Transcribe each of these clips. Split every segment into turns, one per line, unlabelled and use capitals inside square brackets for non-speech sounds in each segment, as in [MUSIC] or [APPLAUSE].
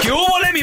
¿Qué hubo, mi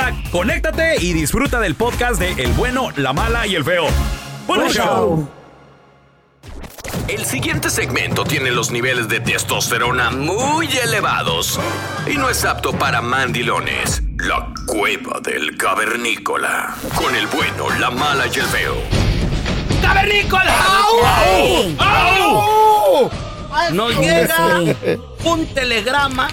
conéctate y disfruta del podcast de El bueno, la mala y el feo. Bueno, show.
El siguiente segmento tiene los niveles de testosterona muy elevados y no es apto para mandilones. La cueva del cavernícola. Con el bueno, la mala y el feo.
¡Ay!
¡Oh!
Nos llega un telegrama.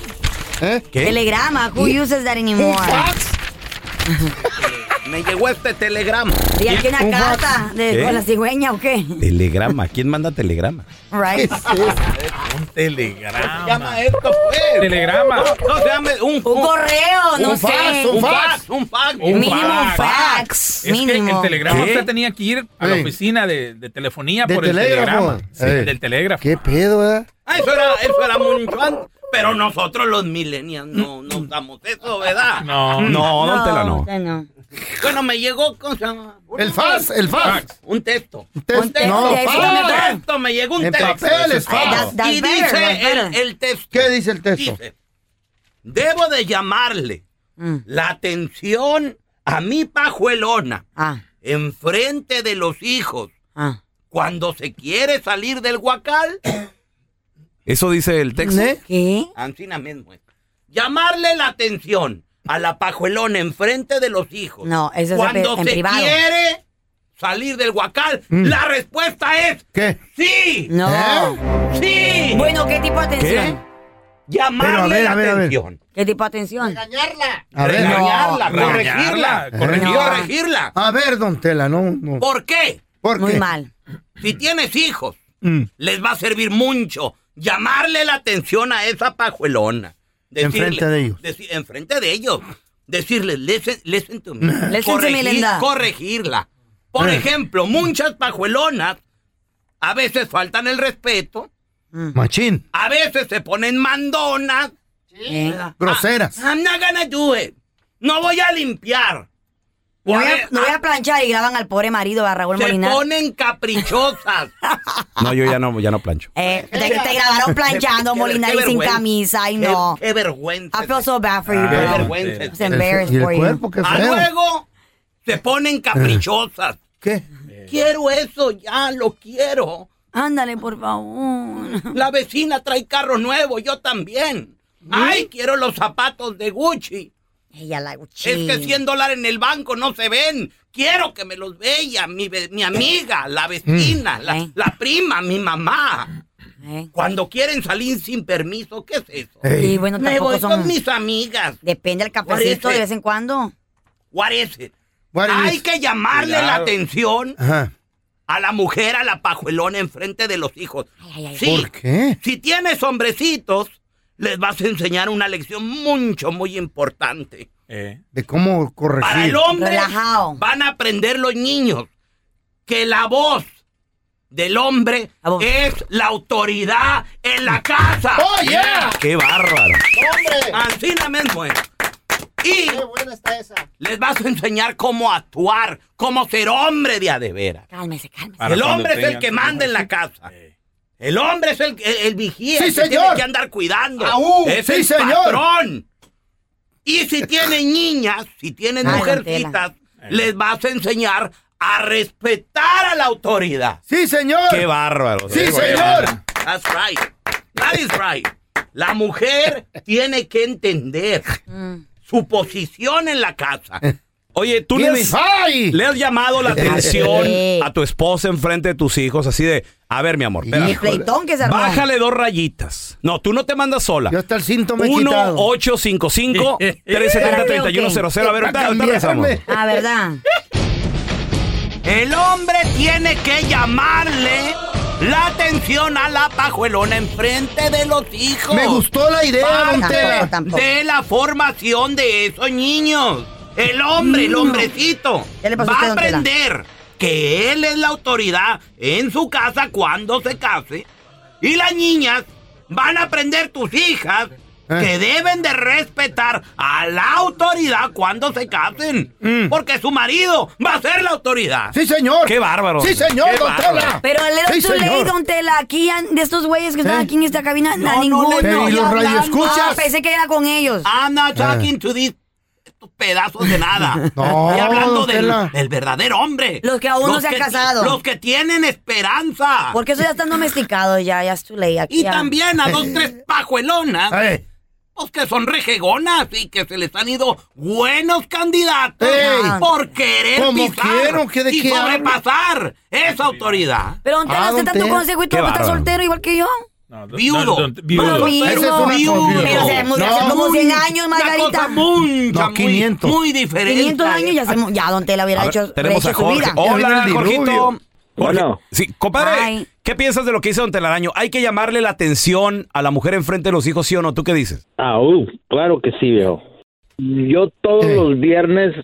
¿Eh?
Telegrama, who uses that anymore? [LAUGHS]
Me llegó este telegrama.
¿Y aquí una
Un fax.
carta de,
¿Eh?
con la cigüeña o qué?
Telegrama. ¿Quién manda telegrama?
Right.
Un telegrama.
Se [LAUGHS] llama esto, pues?
Telegrama.
No, se llama un,
Un correo, no
Un fax,
sé.
un
un fax, un fax.
Mínimo un fax. mínimo.
telegrama usted
tenía que ir a la
Ey.
oficina de, de telefonía
¿Del
por el
telégrafo?
telegrama. Sí,
Ey.
del telégrafo.
¿Qué pedo, eh?
Ah, eso era, eso era mucho antes. Pero nosotros los millennials no nos damos eso, ¿verdad?
No.
No,
no,
don Tela no.
usted no.
Bueno, me llegó, ¿cómo se llama? Un
El fax, el fax.
Un texto.
Test-
Un texto,
no,
texto,
fax.
mejor.
Texto, me llegó un
En
texto. Eh,
papel es
Ay,
fax.
that's- that's
y
better, that's
dice el,
better.
el texto.
¿Qué dice el texto?
Dice, debo de llamarle
Mm.
la atención a mi pajuelona
Ah,
enfrente de los hijos
ah.
cuando se quiere salir del huacal.
Eso dice el texto.
¿Eh?
¿Qué?
Ancina mismo. es. Llamarle la atención a la pajuelona enfrente de los hijos.
No, eso es en pri-
cuando
en
se
privado.
quiere salir del huacal. La respuesta es
Mm. ¿Qué?
sí, ¿Eh?
No.
sí.
Bueno, ¿qué tipo de atención?
Llamarle
Pero a ver,
la
a ver, a ver.
atención.
¿Qué tipo de atención?
A ver, Eh.
regañarla,
no.
corregirla,
Regañarla,
corregirla.
corregirla.
a ver, don Tela, no, no.
¿Por qué?
¿Por
Muy
qué?
mal.
Si tienes hijos,
Mm.
les va a servir mucho llamarle la atención a esa pajuelona.
Enfrente de ellos.
deci- enfrente de ellos. Decirles, listen, listen to me.
Listen to me, linda.
Corregirla.
Eh.
Por ejemplo, muchas pajuelonas a veces faltan el respeto,
Machín.
a veces se ponen mandonas. Ah,
¿Eh?
Groseras.
I'm not gonna do it. No voy a limpiar.
No voy,
A
a,
ver,
no voy a planchar y graban al pobre marido, a Raúl
Se
Molinar. [LAUGHS]
ponen caprichosas.
No, yo ya no, ya no plancho.
Eh, te, te grabaron planchando,
Qué-
Molina,
qué
y sin
vergüenza.
camisa, y
Qué-
no.
Qué, vergüenza.
I feel so
Ah,
bad for you,
Qué
bro.
vergüenza.
It's Ah. embarrassed
¿Y el
for you.
cuerpo qué
Ah,
feo?
luego se ponen caprichosas.
¿Qué?
Quiero eso, ya lo quiero.
Ándale, por favor.
La vecina trae carro nuevo, yo también. Ay, quiero los zapatos de Gucci.
Ella la
Es que 100 dólares en el banco no se ven. Quiero que me los vea mi, ve- mi amiga, la vecina, la,
Mm. Eh.
la prima, mi mamá.
Eh,
Cuando quieren salir sin permiso, ¿qué es eso?
Y bueno,
Me
tampoco
voy
son...
con mis amigas.
Depende del cafecito
Parece.
de vez en cuando.
What is it?
What is
Hay
it?
que llamarle la
Cuidado.
atención
Ajá.
a la mujer, a la pajuelona enfrente de los hijos.
Ay, ay, ay.
Sí,
¿Por qué?
si tienes hombrecitos, les vas a enseñar una lección mucho, muy importante.
De cómo corregir.
Eh. Para el hombre van a aprender los niños que la voz del hombre es la autoridad en la casa.
¡Oh, yeah!
¡Qué bárbaro!
Así mismo es. Y les vas a enseñar cómo actuar, cómo ser hombre de a de veras.
Cálmese, cálmese.
Para
el
cuando
hombre es el
tengan
que manda en la casa. El hombre es el, el, el vigía,
Sí,
el que
señor.
tiene que andar cuidando.
Aú,
es
sí,
el
señor.
patrón. Y si tienen niñas, si tienen
Ay,
mujercitas, les vas a enseñar a respetar a la autoridad.
Sí, señor.
Qué bárbaro.
Sí,
Qué
señor.
bárbaro. That's right. That is right. La mujer tiene que entender su posición en
[LAUGHS]
la casa.
Oye, Eh, tú le
Give
has,
me five.
le has llamado
[LAUGHS]
la atención a tu esposa enfrente de tus hijos, así de, a ver, mi amor, espérame.
El pleitón que se armó.
Bájale dos rayitas. No, tú no te mandas sola. Yo
hasta el síntoma
he quitado.
1-855-370-3100. A ver, ahorita, ahorita regresamos.
Ah, ¿verdad?
El hombre tiene que llamarle la atención a la pajuelona enfrente de los hijos.
Me gustó la idea,
Parte
don Tela. Tampoco, tampoco.
De la formación de esos niños. El hombre, el
Mm.
hombrecito,
pasó
va
a usted,
a
don Tela?
aprender que él es la autoridad en su casa cuando se case. Y las niñas van a aprender tus hijas
Eh.
que deben de respetar a la autoridad cuando se casen. Porque su marido va a ser la autoridad.
Mm. Sí, señor.
Qué bárbaro.
Sí, señor,
Qué
don
bárbaro.
Tela.
Pero al
Sí,
leer tu ley,
señor.
don Tela, aquí an- de estos güeyes que están aquí en esta cabina,
No,
a
no,
ninguno.
le estoy ¿Y los hablando. radioescuchas?
Ah, pensé que era con ellos.
I'm not talking to these estos pedazos de
[LAUGHS]
[LAUGHS] nada.
No,
Estoy hablando
don Tela.
del, del verdadero hombre.
Los que aún no
Los
se han
que-
casado.
Los que tienen esperanza.
Porque eso ya están domesticados, ya, ya es tu ley aquí.
Y
ya.
también [LAUGHS] a dos,
[LAUGHS]
tres pajuelonas. Pues que son rejegonas y que se les han ido buenos candidatos
Ey.
por querer
Como
pisar
quiero, que de
y
qué hablo.
sobrepasar esa autoridad.
Pero don Tela, usted tanto consejo y tú
Ah, Qué
estás
bárbaro.
soltero igual que yo.
Viudo.
No, no, viudo.
Vamos,
Esa es
viudo.
una
Viudo.
Pero se hemos- hace como 100 años,
Una cosa
Margarita.
mucha, muy- Muy, diferente. eh.
500 años ya, se, mo- ya don Tela hubiera
A ver,
hecho.
tenemos
rehecho
a
su
Jorge.
vida.
Hola, Jorgito. Jorge,
Bueno.
Sí, compadre, ¿qué piensas de lo que hizo Don Telaraño? ¿Hay que llamarle la atención a la mujer enfrente de los hijos, sí o no? ¿Tú qué dices?
Ah, uh, claro que sí, viejo. Yo todos los viernes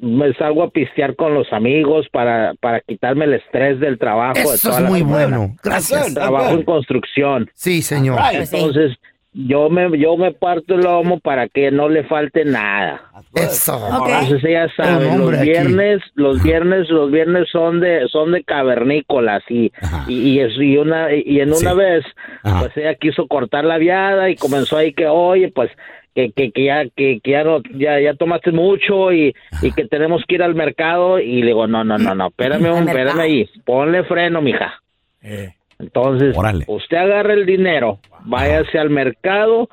me salgo a pistear con los amigos para, para quitarme el estrés del trabajo. de
Eso
toda
es
la
muy
semana.
bueno. Gracias.
Trabajo en construcción.
Sí, señor.
Entonces, yo me, yo me parto el lomo para que no le falte nada.
Eso.
Entonces ella sabe,
Un
los
hombre aquí.
viernes, los viernes, los viernes son de, son de cavernícolas y, y, y es- y una, y en una vez, pues ella quiso cortar la viada y comenzó ahí que, oye, pues, que, que, que ya, que, que ya no, ya, ya tomaste mucho y, y que tenemos que ir al mercado y le digo, no, no, no, no, espérame,
[LAUGHS] Al
un-
mercado.
espérame ahí, ponle freno, mija. Entonces, usted agarra el dinero, váyase al mercado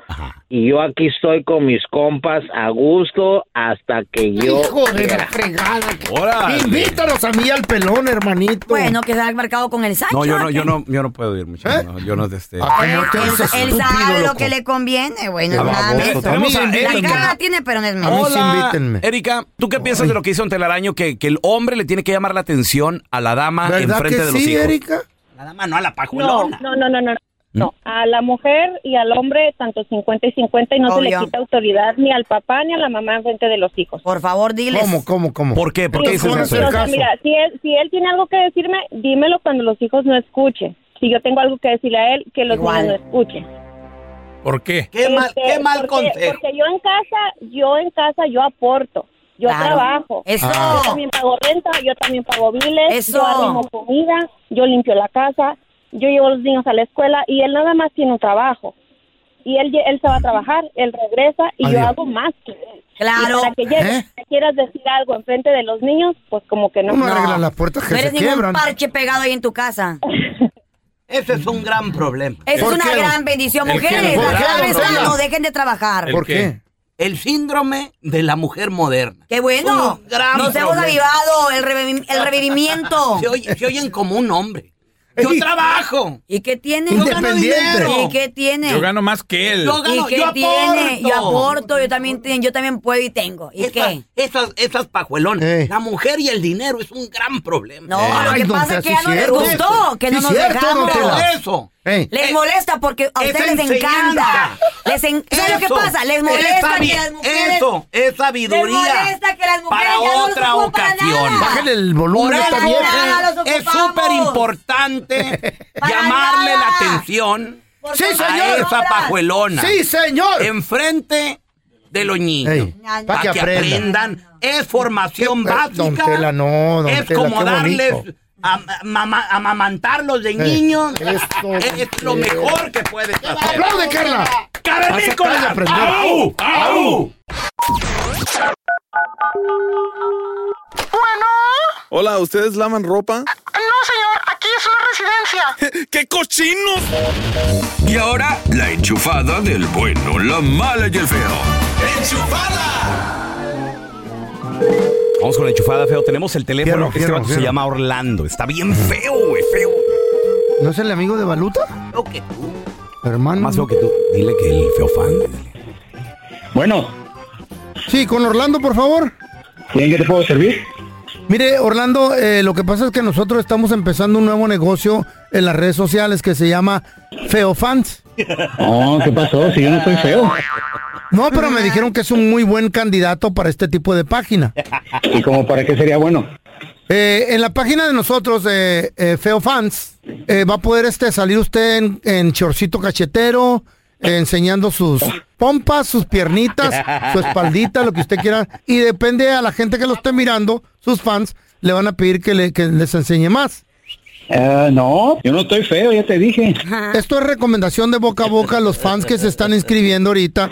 y yo aquí estoy con mis compas a gusto hasta que yo...
Hijo de la
quiera.
fregada.
Órale.
Invítanos a mí al pelón, hermanito.
Bueno, que se ha marcado con el Sancho.
No, yo no, yo no, yo no puedo ir,
¿Eh?
muchachos. No, yo no este.
Ah,
Él sabe lo que le conviene, güey. No es
Qué
nada
baboso,
de eso.
tenemos a
La
Erika.
cara la tiene, pero no es mía.
Hola, Erika, ¿tú qué piensas de lo que hizo Don Telaraño? Que, que el hombre le tiene que llamar la atención a la dama enfrente de los hijos.
Nada más, no a la
No,
pajuelona.
no, no, no, no.
¿Mm?
no. A la mujer y al hombre, tanto 50 y 50, y no se
Obvio.
le quita autoridad ni al papá ni a la mamá en frente de los hijos.
Por favor, diles.
¿Cómo, cómo, cómo?
¿Por qué? ¿Por qué dices
O
eso?
sea, mira, si él, si él tiene algo que decirme, dímelo cuando los hijos no escuchen. Si yo tengo algo que decirle a él, que los
Igual.
niños no escuchen.
¿Por qué?
Qué mal,
Este,
qué mal
porque,
consejo.
Porque yo en casa, yo en casa, yo aporto. Yo
Claro.
trabajo.
Eso.
Yo también pago renta, yo también pago biles.
Eso.
Yo arrimo comida, yo limpio la casa, yo llevo a los niños a la escuela y él nada más tiene un trabajo. Y él, lle- él se va a trabajar, él regresa y yo
Adiós.
hago más que él.
Claro.
Y para que llegues,
¿Eh?
que quieras decir algo enfrente de los niños, pues como que no.
Uno arregla las puertas que
No eres
se
ningún
quiebran.
parche pegado ahí en tu [LAUGHS] casa.
Ese es un gran problema.
Es una gran bendición.
¿El qué?
Mujeres,
¿Por
la
qué,
clave
don
está,
Tela?
no dejen de trabajar.
El síndrome de la mujer moderna.
Qué bueno.
Un gran
Nos hemos
problema.
avivado el, revivi- el revivimiento.
[LAUGHS] Se, oye- se oyen como un
[LAUGHS]
hombre. Yo trabajo.
¿Y qué tiene?
Yo gano dinero.
¿Y qué tiene?
Yo gano más que él.
Yo gano-
¿Y qué
yo
tiene?
aporto.
Yo aporto, yo también, te- yo también puedo y tengo. ¿Y qué?
Esas, esas pajuelonas. La mujer y el dinero es un gran problema.
No, lo que pasa es que ya no les gustó, que no nos dejamos.
Por eso.
Les molesta porque a
es
ustedes les
enseñanza.
encanta. Les en- ¿Sabes lo que
Eso.
pasa? Les
Es
molesta
sabi-
que las mujeres...
Eso, es sabiduría.
Les molesta que las mujeres
para
ya no los
otra
ocupan para
ocasión.
nada.
Bájale el
Por
volumen a esta
eso
vieja.
los
es
ocupamos. [LAUGHS]
súper importante llamarle la atención
Sí,
a
señor.
esa pajuelona.
Sí, señor.
Enfrente de los niños.
Ey,
para,
pa'
que
que aprendan.
aprendan. Es formación
Qué-
básica.
Don Tela, no, don
es
Tela,
como
qué
darles...
bonito. Eh,
am- mama- amamantarlos de niños es lo mejor que puede hacer.
¡Aplaude, Carla!
¡Cavernícolas!
Vas a aprender.
¡Au! ¡Au!
Bueno,
Hola, ¿ustedes lavan ropa?
no señor, aquí es una residencia.
¡Qué cochinos!
Y ahora, la enchufada del bueno, la mala y el feo.
Vamos con la enchufada, feo. Tenemos el
Fierro,
teléfono. este
fierro,
vato se
fierro.
llama Orlando. Está bien feo, güey, feo.
¿No es el amigo de Baluta?
Creo que tú.
Hermano.
Más feo que tú. Dile que el feo fan.
Bueno. Sí, con Orlando, por favor.
¿En qué te puedo servir?
Mire, Orlando, eh, lo que pasa es que nosotros estamos empezando un nuevo negocio en las redes sociales que se llama Feofans.
[LAUGHS] No, ¿qué pasó? Si yo no soy feo.
No, pero me dijeron que es un muy buen candidato para este tipo
[LAUGHS]
de página.
[LAUGHS] ¿Y como para qué sería bueno?
Eh, en la página de nosotros, eh, eh, Feo Fans, eh, va a poder este, salir usted en, en chorcito cachetero, eh, enseñando sus pompas, sus piernitas, su espaldita, lo que usted quiera. Y depende a la gente que lo esté mirando, sus fans, le van a pedir que, le- que les enseñe más.
Eh, no, yo no estoy feo, ya te dije.
Esto es recomendación de boca a boca. Los fans que se están inscribiendo ahorita,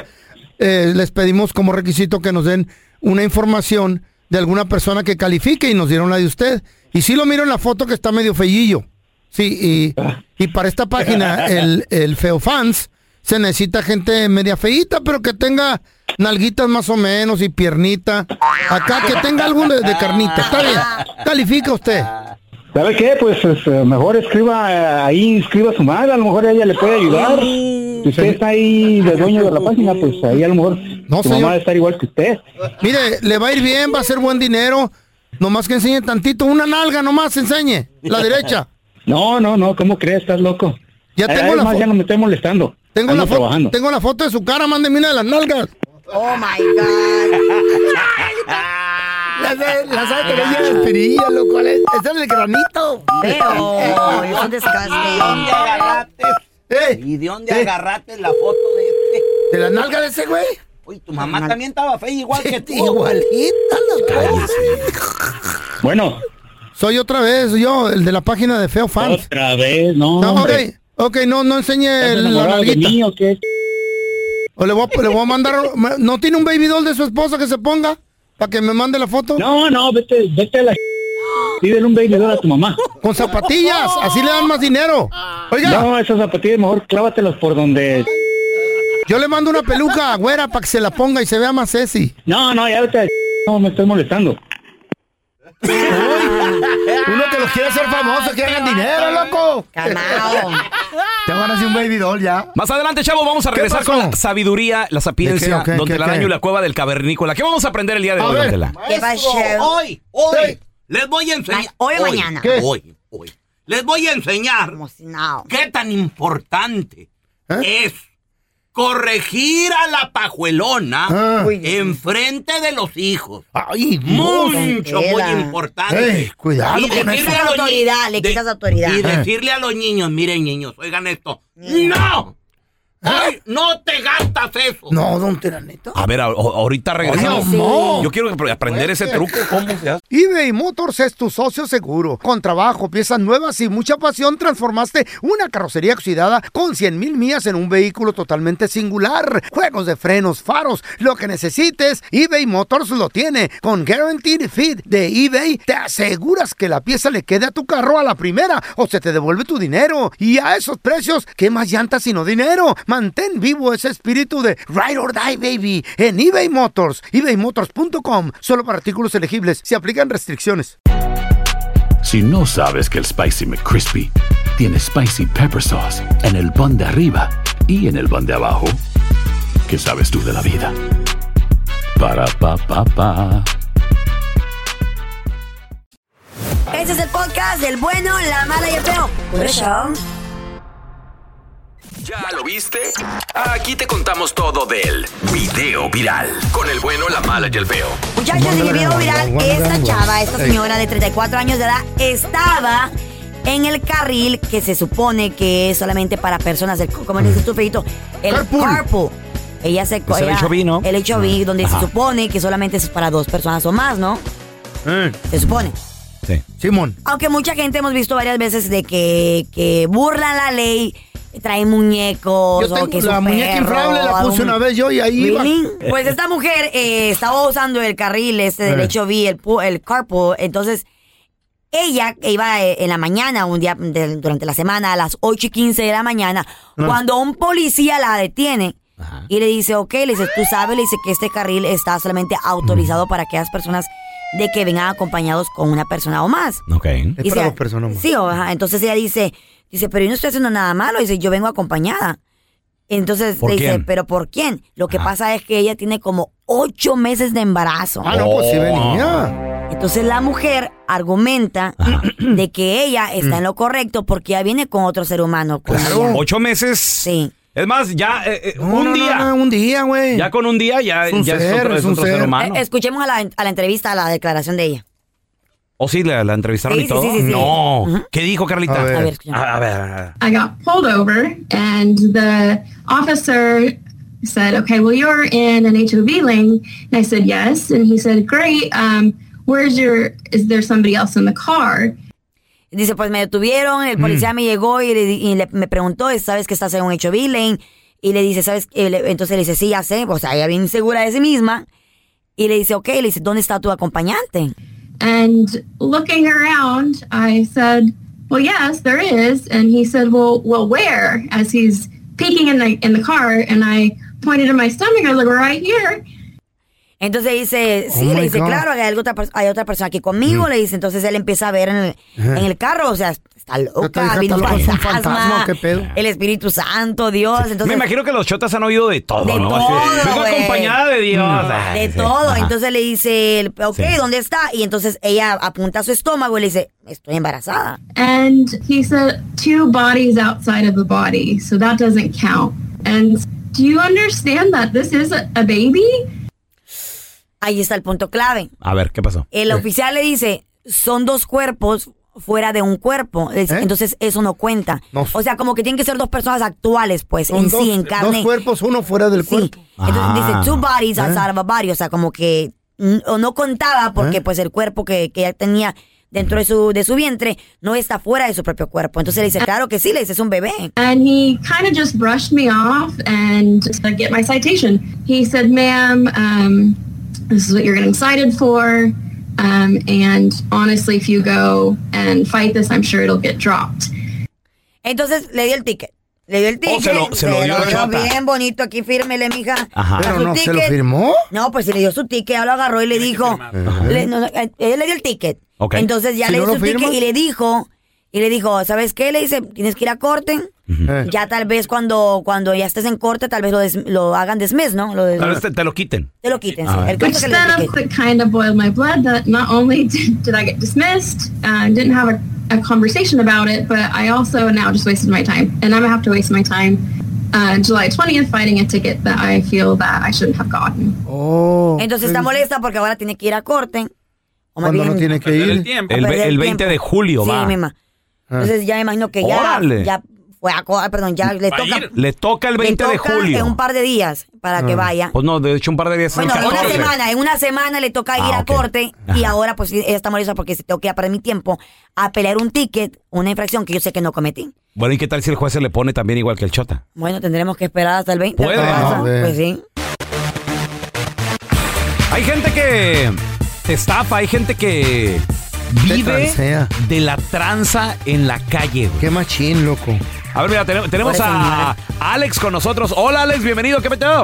eh, les pedimos como requisito que nos den una información de alguna persona que califique y nos dieron la de usted. Y sí lo miro en la foto que está medio fellillo. Sí, y, y para esta página, el, el Feo Fans, se necesita gente media feíta, pero que tenga nalguitas más o menos y piernita. Acá que tenga algo de, de carnita. Está bien. Califica usted.
¿Sabe qué? Pues es, eh, mejor escriba eh, ahí, inscriba a su madre, a lo mejor ella le puede ayudar. Si usted está ahí de dueño de la página, pues ahí a lo mejor
No,
su
señor.
mamá va a estar igual que usted.
Mire, le va a ir bien, va a ser buen dinero. Nomás que enseñe tantito, una nalga nomás, enseñe. La derecha.
No, no, no, ¿cómo crees? Estás loco.
Ya
Ay,
tengo la
además,
fo-
ya no me estoy molestando.
Tengo
Ando
la, foto,
trabajando.
tengo la foto de su cara, mándeme una de las nalgas.
Oh my
[LAUGHS]
God.
Las las sabe que llena de espirilla, loco. Está en el granito.
Feo, es un desgaste.
¿Y de dónde agarraste la foto de este?
Eh, ¿De la nalga de ese güey?
Uy, tu mamá también estaba fea igual
[LAUGHS]
que tú.
Igualita la
Bueno.
Soy otra vez yo, el de la página de Feo Fans.
Otra vez, no.
No, ok,
hombre.
ok, no, no enseñe
¿Estás
la
enamorado de
nalguita.
mí o qué?
O le voy, a, le voy a mandar. ¿No tiene un baby doll de su esposa que se ponga? ¿Para que me mande la foto?
No, no, vete, vete a la. Pídele un baby doll a tu mamá.
Con zapatillas, así le dan más dinero. Oiga.
No, esas zapatillas mejor clávatelas por donde.
Yo le mando una peluca a güera para que se la ponga y se vea más sexy.
No, no, ya vete a la- No, me estás molestando.
Uno que los quiere hacer famosos, que hagan dinero, loco.
Calmao.
Te van a hacer un baby doll ya.
Más adelante, chavos, Este vamos a
¿Qué
regresar
pasó?
con la sabiduría, la sapiencia,
¿De qué? ¿O qué?
donde
¿Qué?
la
¿Qué?
daño y la cueva del cavernícola. ¿Qué vamos a aprender el día de
A
hoy,
ver.
Don Tela?
¿Qué va a ser?
Hoy, hoy. Les voy a enseñar.
Ma- hoy o mañana.
Hoy,
¿Qué?
hoy. Les voy a enseñar
No.
qué tan importante
¿Eh?
es corregir a la pajuelona enfrente de los hijos.
Ah. Ay,
Mucho, muy importante.
Ey, cuidado
Y
con Eh. eso.
decirle
[LAUGHS]
a los
Autoridad, le
de-
quitas autoridad.
Y decirle a los niños, miren niños, oigan esto.
Ah.
¡No! Ay, no te gastas eso.
No, don Teraneta.
A ver, a- ahorita regresamos.
Ay, no.
Yo quiero aprender ese truco. ¿Cómo se hace?
eBay Motors es tu socio seguro. Con trabajo, piezas nuevas y mucha pasión, transformaste una carrocería oxidada con 100.000 mil millas en un vehículo totalmente singular. Juegos de frenos, faros, lo que necesites, eBay Motors lo tiene. Con Guaranteed Fit de eBay, te aseguras que la pieza le quede a tu carro a la primera o se te devuelve tu dinero. Y a esos precios, ¿qué más llantas sino dinero? Mantén vivo ese espíritu de Ride or Die, baby, en eBay Motors. ebaymotors.com, solo para artículos elegibles. Se aplican restricciones.
Si no sabes que el Spicy McCrispy tiene Spicy Pepper Sauce en el pan de arriba y en el pan de abajo, ¿qué sabes tú de la vida? Para, pa, pa, pa.
Este es el podcast del bueno, la mala y el feo. Por eso.
¿Ya lo viste? Aquí te contamos todo del video viral. Con el bueno, la mala y el feo.
Muchachos, en el video viral, esta chava, esta señora de 34 años de edad, estaba en el carril que se supone que es solamente para personas del, como dices tú, Feito, el carpool. Ella se
Es el
ella-
HOV, ¿no?
El
Ah.
HOV, donde
Ajá.
se supone que solamente es para dos personas o más, ¿no?
Eh.
Se supone.
Sí.
Simón.
Aunque mucha gente hemos visto varias veces de que, que burlan la ley, traen muñecos
Yo
o
tengo
Oh, que es
la
un
muñeca
perro
inflable, la
o
puse
algún-
una vez yo y ahí iba.
Really? Pues esta mujer eh, estaba usando el carril este del
Eh.
hecho vi el, pu- el carpool, entonces ella iba eh, en la mañana, un día de- durante la semana, a las 8 y 15 de la mañana,
Ah.
cuando un policía la detiene y le dice, ok, le dice, tú sabes, le dice que este carril está solamente autorizado
Mm.
para aquellas personas de que vengan acompañados con una persona o más.
Ok.
eh,
Y sea- Sí, o- ajá, entonces ella dice, dice, pero yo no estoy haciendo nada malo, dice, yo vengo acompañada. Entonces
¿Por
le dice,
quién?
pero ¿por quién? Lo que pasa es que ella tiene como ocho meses de embarazo.
Ah, no, pues sí
Oh.
venía.
Entonces la mujer argumenta de que ella está en lo correcto porque ella viene con otro ser humano. con ella.
Ocho meses.
Sí.
Es más, ya eh, eh,
no,
un
no,
día.
no,
un día, güey.
Ya con un día ya
Es
es,
un
ya es
ser,
otro, es
es un
otro ser
Eh,
humano.
escuchemos a la, a la entrevista, a la declaración de ella.
¿O sí la, la entrevistaron
Sí,
y
sí,
todo?
sí, sí, sí.
No. ¿Qué dijo Carlita?
A ver. A ver,
A- a ver, a ver.
I got pulled over, and the officer said, "Okay, well, you're in an HOV lane." And I said, "Yes," and he said, "Great. Um, where's your? Is there somebody else in the car?"
Dice, pues me detuvieron, el policía me llegó y, le, di- y le- me preguntó, ¿sabes que estás en un hecho villain? Y le dice, ¿sabes? qué?" Y le- Entonces le dice, sí, ya sé, o sea, ella bien segura de sí misma. Y le dice, ok, le dice, ¿dónde está tu acompañante?
And looking around, I said, "Well, yes, there is." And he said, "Well, well, where?" As he's peeking in the in the car, and I pointed to my stomach. I was like, "Right here."
Entonces dice,
Oh
sí,
my
le dice,
God.
claro, hay, algo otra, pers- hay otra persona aquí conmigo, le dice. Entonces él empieza a ver en el,
Ajá.
en el carro, o sea, está
Esta
loca,
hija
vino
está loca, es un fantasma,
fantasma,
¿qué pedo?
el Espíritu Santo, Dios. Entonces,
Me imagino que los chotas han oído de todo,
De
¿no?
todo,
Así, Vengo
güey.
acompañada de Dios.
Ah,
Ay,
de
sí.
todo.
Ajá.
Entonces le dice, el, ok,
Sí.
¿dónde está? Y entonces ella apunta a su estómago y le dice, estoy embarazada.
And he said, two bodies outside of the body. So that doesn't count. And do you understand that this is a, a baby?
Ahí está el punto clave.
A ver, ¿qué pasó?
El oficial le dice, son dos cuerpos fuera de un cuerpo. Es-
¿Eh?
Entonces eso no cuenta. O sea, como que tienen que ser dos personas actuales, pues,
Son
en
dos,
sí, en
dos
carne.
cuerpos, uno fuera del cuerpo.
Entonces dice, two bodies
¿Eh?
outside of a body. O sea, como que mm, o no contaba
¿Eh?
porque pues el cuerpo que, que ella tenía dentro de su, de su vientre no está fuera de su propio cuerpo. Entonces le dice, claro que sí, le dice, es un bebé.
And he kind of just brushed me off and said, get my citation. He said, ma'am, um, this is what you're getting cited for. Um, and honestly, if you go and fight this, I'm sure it'll get dropped.
Entonces le dio el ticket. Le dio el
Oh,
ticket.
se lo- se lo dio la chota.
bien bonito aquí, fírmele, mija.
Ajá.
A
Pero
su
no, ¿se lo
ticket.
firmó?
No, pues si le dio su ticket, ya lo agarró y le dijo. Le, no, no, eh, él le dio el ticket.
Ok.
Entonces ya
Si
le
no
dio
lo
su ticket
firmas.
y le dijo, y le dijo, ¿sabes qué? Le dice, tienes que ir a corte.
Eh.
Ya tal vez cuando, cuando ya estés en corte, tal vez lo, des- lo hagan desmés, ¿no? Lo des-
Tal vez este, te, te lo quiten.
te lo quiten.
A
sí.
Ah.
ver.
El
Which
caso es que le dio
set
el
up
ticket.
that kind of boiled my blood that not only [LAUGHS] did, did I get dismissed, uh, didn't have a, a conversation about it, but I also now just wasted my time. And I'm going to have to waste my time uh, July 20th fighting a ticket that I feel that I shouldn't have gotten.
Oh.
Entonces está molesta porque ahora tiene que ir a corte. O más
Cuando no
bien-
tiene que ir. Ah.
El,
A perder
ve- el
el
20 de
Pues tiempo.
julio
Sí,
va.
mi mamá. Entonces ya me imagino que ya,
Órale.
ya fue a co- ah, perdón, ya le toca.
Le toca el
le
20 de
toca
julio.
En un par de días para que
Ah.
vaya.
Pues no, de hecho un par de días.
Bueno,
el
en una
14.
semana, en una semana le toca ir a
Ah, ok.
corte y ahora pues sí, ella está molesta porque se tengo que ir a perder mi tiempo a pelear un ticket, una infracción que yo sé que no cometí.
Bueno, ¿y qué tal si el juez se le pone también igual que el chota?
Bueno, tendremos que esperar hasta el 20. a
Puede,
ver qué
¿no?
pasa.
A ver.
Pues sí.
Hay gente que te estafa, hay gente que vive
transea.
de la tranza en la calle. güey.
Qué machín, loco.
A ver, mira, tenemos, tenemos
Pobre
a Alex con nosotros. Hola, Alex, bienvenido. ¿Qué peteo?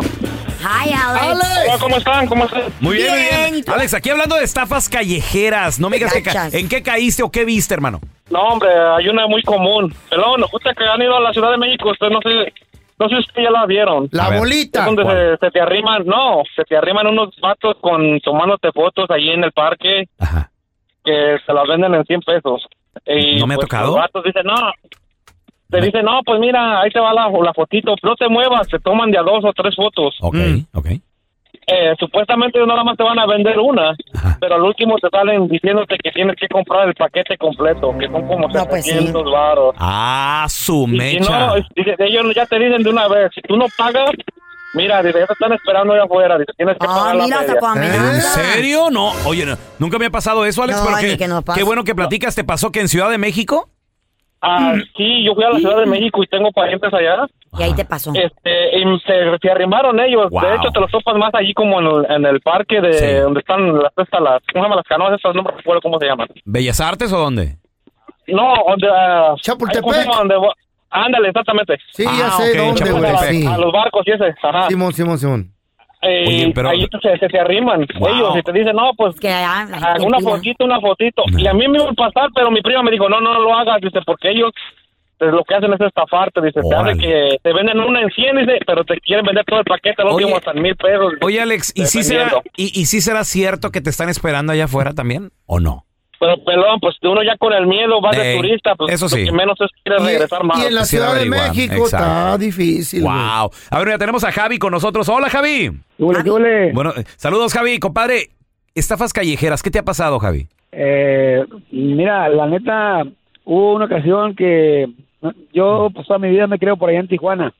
Hi, Alex.
Hola, ¿cómo están? ¿Cómo están?
Muy bien, muy bien. Alex, aquí hablando de estafas callejeras. No me digas que ca-
Gachas.
en qué caíste o qué viste, hermano.
No, hombre, hay una muy común. Pelón, ustedes que han ido a la Ciudad de México, usted no sé, no sé si ustedes ya la vieron.
La A ver. bolita.
Es donde se, se te arriman, no, se te arriman unos vatos con tomándote fotos ahí en el parque. Que se las venden en 100 pesos. Y,
¿No me ha
pues,
tocado?
Los vatos dicen, no, Te dicen, no, pues mira, ahí te va la, la fotito, no te muevas, te toman de a dos o tres fotos.
Ok, ok.
Eh, supuestamente nada más te van a vender una, pero al último te salen diciéndote que tienes que comprar el paquete completo, que son como 700 varos.
Ah, su
Y si no,
mecha.
es- dice, ellos ya te dicen de una vez, si tú no pagas, mira, dice, ya te están esperando allá afuera, dice, tienes
Ah,
que pagar la media.
¿En serio? No, oye, no, nunca me ha pasado eso, Alex,
No,
pero
ni
qué-
que nos pase.
qué bueno que platicas. ¿Te pasó que en Ciudad de México?
Ah, sí, yo fui a la Ciudad de México y tengo parientes allá.
Y ahí te pasó.
Este, y se, se arrimaron ellos. De hecho, te los topas más allí como en el, en el parque de donde están las, estas, las, ¿cómo se llaman las canoas? Estas no recuerdo cómo se llaman.
¿Bellas Artes o dónde?
No, donde... ah, ¿cómo se llama? Donde va- ándale, exactamente.
Sí, ya sé dónde, güey,
A,
sí.
a los barcos y ese, ajá.
Simón, Simón, Simón.
Eh,
Oye, pero-
Ahí se, se, se arriman
Wow.
ellos y te dicen, no, pues ah, una fotito, una fotito. Y a mí me iba a pasar, pero mi prima me dijo, no, no, no lo hagas, dice, porque ellos pues, lo que hacen es estafarte, dice, te hacen que te venden una en 100, dice, pero te quieren vender todo el paquete, lo último hasta en mil pesos.
Oye, Alex, ¿y sí, será,
dependiendo.
y, y sí será cierto que te están esperando allá afuera también? ¿O no?
Pero, pelón, pues uno ya con el miedo va de
Ey,
turista, pues
Eh, eso sí.
lo que menos es quiere regresar más.
Y en la
Quisiera
Ciudad de
averiguar,
México está
exacto.
difícil. güey.
Wow. A ver, ya tenemos a Javi con nosotros. Hola, Javi. Bueno, eh, saludos, Javi. Compadre, estafas callejeras, ¿qué te ha pasado, Javi?
Eh, mira, la neta, hubo una ocasión que yo, pues toda mi vida me creo por allá en Tijuana.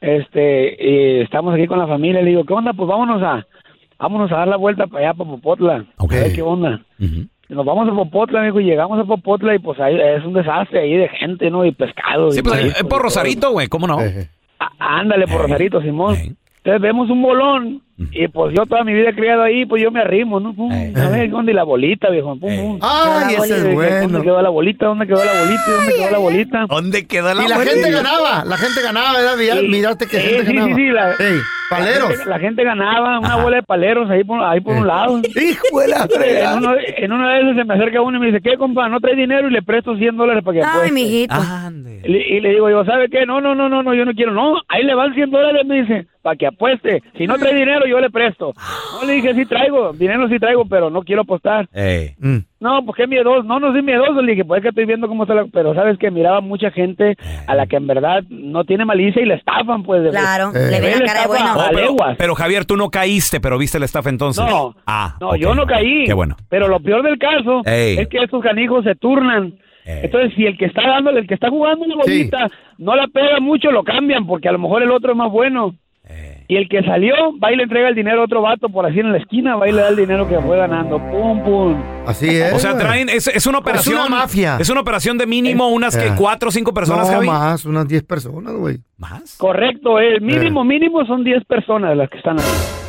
Este, y estamos aquí con la familia, le digo, ¿qué onda? Pues vámonos a, vámonos a dar la vuelta para allá, para Popotla. A ver qué onda. Nos vamos a Popotla, amigo, y llegamos a Popotla y pues ahí es un desastre ahí de gente, ¿no? Y pescado.
Sí,
y
pues, eh,
mariscos y
por
todo.
Rosarito, güey, ¿cómo no?
Ah, Ándale, por Rosarito, Simón. Entonces vemos un bolón y pues yo toda mi vida he criado ahí, pues yo me arrimo, ¿no? Pum, a ver, ¿dónde la bolita, viejo? Pum, pum.
Ay,
Cada
ese es
bola,
bueno.
¿Dónde quedó la bolita? ¿Dónde quedó la bolita? ¿Dónde quedó la bolita?
¿Dónde quedó
Y la gente ganaba, la gente ganaba, ¿verdad? Mira-
Sí.
Miraste que
Sí,
gente
sí,
ganaba.
sí, sí, la-
Ey, paleros.
La gente, la gente ganaba una bola de paleros ahí por, ahí por un lado.
[LAUGHS] Hijo de la fregada.
en, uno- en una de esas se me acerca uno y me dice, ¿qué, compa? ¿No traes dinero? Y le presto 100 dólares para que
Ay,
apueste".
mijito.
Y le- y le digo yo, ¿sabe qué? No, no, no, no, no, yo no quiero. No, ahí le van 100 dólares, me dice, para que apueste. Si no trae dinero, yo le presto. No, le dije, sí traigo, dinero sí traigo, pero no quiero apostar.
Eh. Mm.
No, pues qué miedoso. No, no soy miedoso. Le dije, pues es que estoy viendo cómo está la... Pero sabes que miraba mucha gente a la que en verdad no tiene malicia y la estafan, pues.
Claro,
le
ve
Eh.
la cara de bueno.
Oh,
A
pero,
leguas.
pero, Javier, tú no caíste, pero viste la estafa entonces.
No.
Ah,
No,
ok.
yo no caí.
Qué bueno.
Pero lo peor del caso
Ey.
es que estos canijos se turnan. Entonces, si el que está dándole, el que está jugando la bolita, no la pega mucho, lo cambian, porque a lo mejor el otro es más bueno. Y el que salió, va y le entrega el dinero a otro vato por así en la esquina, va y le da el dinero que fue ganando. Pum, pum.
Así eh. es.
O sea, traen, es, es una operación.
una mafia.
Es una operación de mínimo unas que
Eh.
cuatro o cinco personas,
no,
Javi.
más, unas 10 personas, güey.
Correcto, el
Eh.
mínimo, mínimo son 10 personas las que están ahí.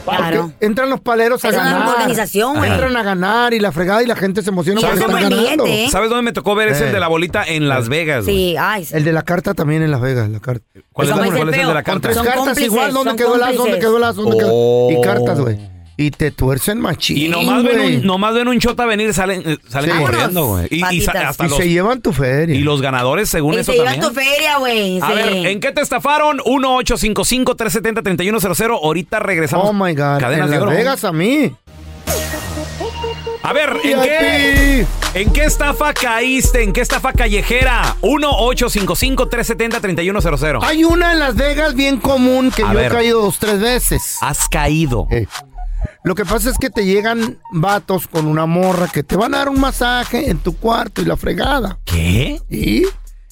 Claro. Entran los paleros a
Es una
ganar.
organización, güey.
Entran a ganar y la fregada y la gente se emociona porque están ganando.
¿Sabes dónde me tocó ver? Es
Eh.
el de la bolita en Las Vegas. güey.
El de la carta también en Las Vegas, la carta.
¿Cuál es-
Está
cuál
muy
es el
feo.
de la carta?
Con tres
Son
cartas
cómplices,
igual, ¿dónde
son
quedó el as? ¿Dónde
cómplices.
quedó el as? ¿Dónde quedó?
Oh.
Y cartas, güey. Y te tuercen machín,
Y nomás
güey.
ven, un, nomás ven un chota venir, salen, eh, salen
Sí.
corriendo, güey. Y, y sa-
Patitas.
hasta
Y
los,
se llevan tu feria.
y los ganadores, según
Y
eso
se llevan
también.
tu feria, güey.
A
sí.
ver, ¿en qué te estafaron? 1-855-370-3100. Ahorita regresamos.
Oh my God.
Cadenas
en
de
Las
oro.
Vegas a mí.
A ver, ¿en qué, ¿en qué estafa caíste? ¿En qué estafa callejera? 1-855-370-3100.
Hay una en Las Vegas bien común que
A
yo
ver.
he caído dos, tres veces. Has
caído.
Lo que pasa es que te llegan vatos con una morra que te van a dar un masaje en tu cuarto y la fregada.
¿Qué?
Y,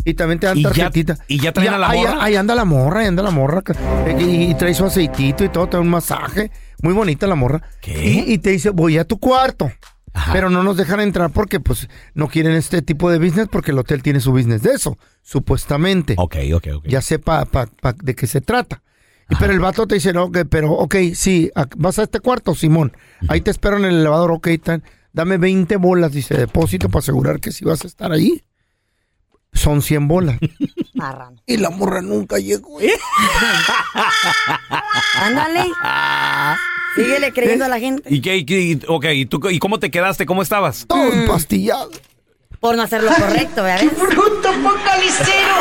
y también te dan
¿Y ya-
tarjetita.
y ya traen a la
ahí-
morra?
Ahí anda la morra, ahí anda la morra. ca- Y, y- y trae su aceitito y todo, te da un masaje. Muy bonita la morra. Y, y te dice, voy a tu cuarto. Pero no nos dejan entrar porque pues no quieren este tipo de business porque el hotel tiene su business de eso, supuestamente.
Ok, ok, ok.
Ya sepa de qué se trata. Y pero el vato te dice, no, que- pero ok, sí, ac- vas a este cuarto, Simón. Ahí te espero en el elevador, ok, tan- dame 20 bolas, dice, depósito para asegurar que sí vas a estar ahí. Son 100
[LAUGHS]
bolas. Y la morra nunca llegó.
¿eh?
Ándale. Síguele creyendo a la gente.
¿Y, qué, y qué- y- ok, ¿y, tú, ¿Y cómo te quedaste? ¿Cómo estabas? Mm.
Todo empastillado.
por no hacer lo correcto, ¿verdad?
¡Bruto focalicero!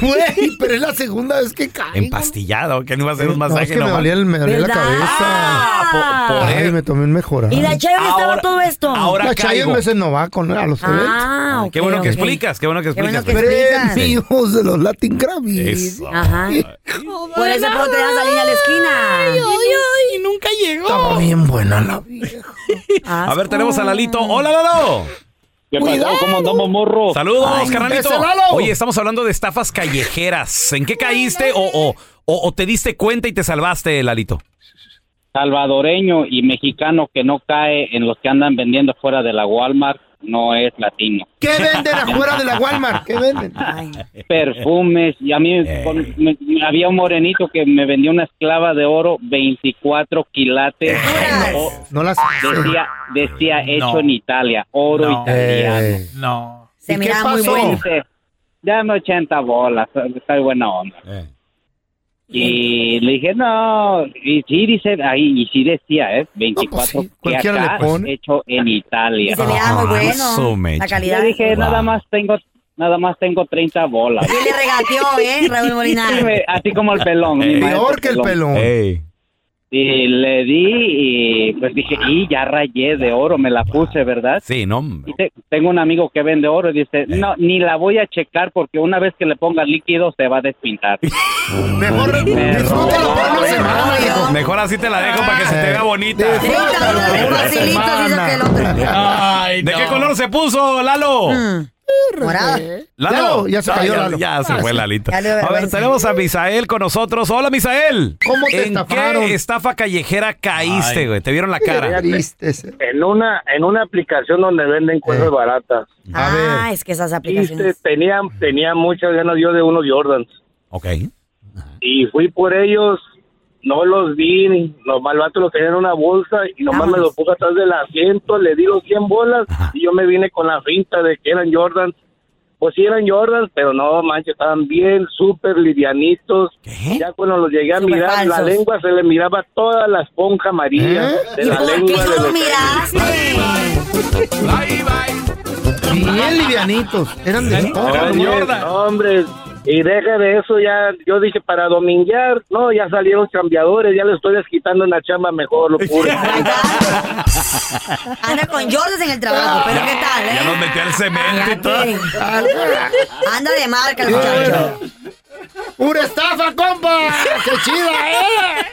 Güey, pero es la segunda vez que cae.
Empastillado, que no iba a hacer un
Eh, No,
masaje
es que me
nomás?
dolía, el- me dolía la
¿Verdad?
cabeza.
Ah, por- por
Ay,
él.
me tomé un mejorado.
¿Y la Chayo dónde estaba Ahora- todo esto? ahora
la Chayo
caigo.
me se no va con a los eventos.
[LAUGHS] Ah,
Qué bueno que explicas, qué bueno que
Qué bueno
explicas.
que explicas. Premios de los Latin Grammys.
Eso.
Ajá. Por eso puedo te das la línea a la esquina. Ay, ay,
y nunca llegó.
Estaba
[LAUGHS]
bien buena la
Ah,
A ver, tenemos a Lalito. ¡Hola, Lalo!
¿Qué pasó? ¿Cómo andamos, morro?
Saludos,
Ay,
carnalito.
ese Lalo.
Oye, estamos hablando de estafas callejeras. ¿En qué caíste o, o- o- o te diste cuenta y te salvaste, Lalito?
Salvadoreño y mexicano que no cae en los que andan vendiendo fuera de la Walmart no es latino.
¿Qué venden afuera de la Walmart? ¿Qué venden?
Perfumes. Y a mí con- me- me- había un morenito que me vendió una esclava de oro, 24 quilates. O-
No las
decía, decía hecho
No.
en Italia, oro
No.
italiano.
Eh.
No.
Se ¿Y qué miraba muy pasó? bueno.
Dice, Dame 80 bolas, está buena onda. Y le dije, no, y sí dice, ahí, y sí decía, ¿eh? 24 que
cualquiera le
acá
pone.
hecho en Italia.
Y se miraba muy Ah, bueno, su mecha. la calidad.
Yo dije,
Wow.
nada más tengo, nada más tengo 30 bolas.
Le regateó,
[LAUGHS]
¿eh? Raúl Molina.
Sí, me- así como el pelón. mi
Eh.
maestro
Peor que el pelón.
Y le di y pues dije, y ya rayé de oro, me la puse, ¿verdad?
Sí, no.
Dice, tengo un amigo que vende oro y dice, no, ni la voy a checar porque una vez que le ponga líquido se va a despintar.
Mejor disfrútalo por una semana.
Mejor así te la dejo para que se te vea bonita. Ah, Ay, ¿De
no.
qué color se puso, Lalo?
Mm. Morada.
Lalo,
Lalo, ya se cayó,
ya,
Lalo.
ya se
Ah,
fue
sí.
Lalito.
Ya le dio
A ver,
vergüenza.
tenemos a Misael con nosotros. Hola, Misael.
¿Cómo te
¿En
estafaron?
qué estafa callejera caíste, güey? Te vieron la cara.
En una, en una aplicación donde venden cosas baratas.
Ah, es que esas
Este,
aplicaciones.
tenía, tenía muchas ganas yo de unos Jordans.
Ok.
Y fui por ellos, no los vi, ni- nomás el vato los tenía en una bolsa y nomás me lo puse atrás del asiento, le di los 100 bolas y yo me vine con la finta de que eran Jordans. Pues sí eran Jordans, pero no manches, estaban bien, súper livianitos. Ya cuando los llegué a
Súper
mirar, la
falsos.
lengua se le miraba toda la esponja
¿Eh?
amarilla de la lengua. de los-
Bien livianitos. Eran de esponja.
Oye, no, hombre, y deja de eso ya, yo dije para dominguear, no, ya salieron cambiadores, ya le estoy desquitando en la chamba mejor, lo [LAUGHS] puro.
Anda con Jordans en el trabajo, pero ¿qué tal, eh?
Ya nos metió el cemento y todo.
Anda de marca el muchacho.
¡Una estafa, compa! ¡Qué chida, eh!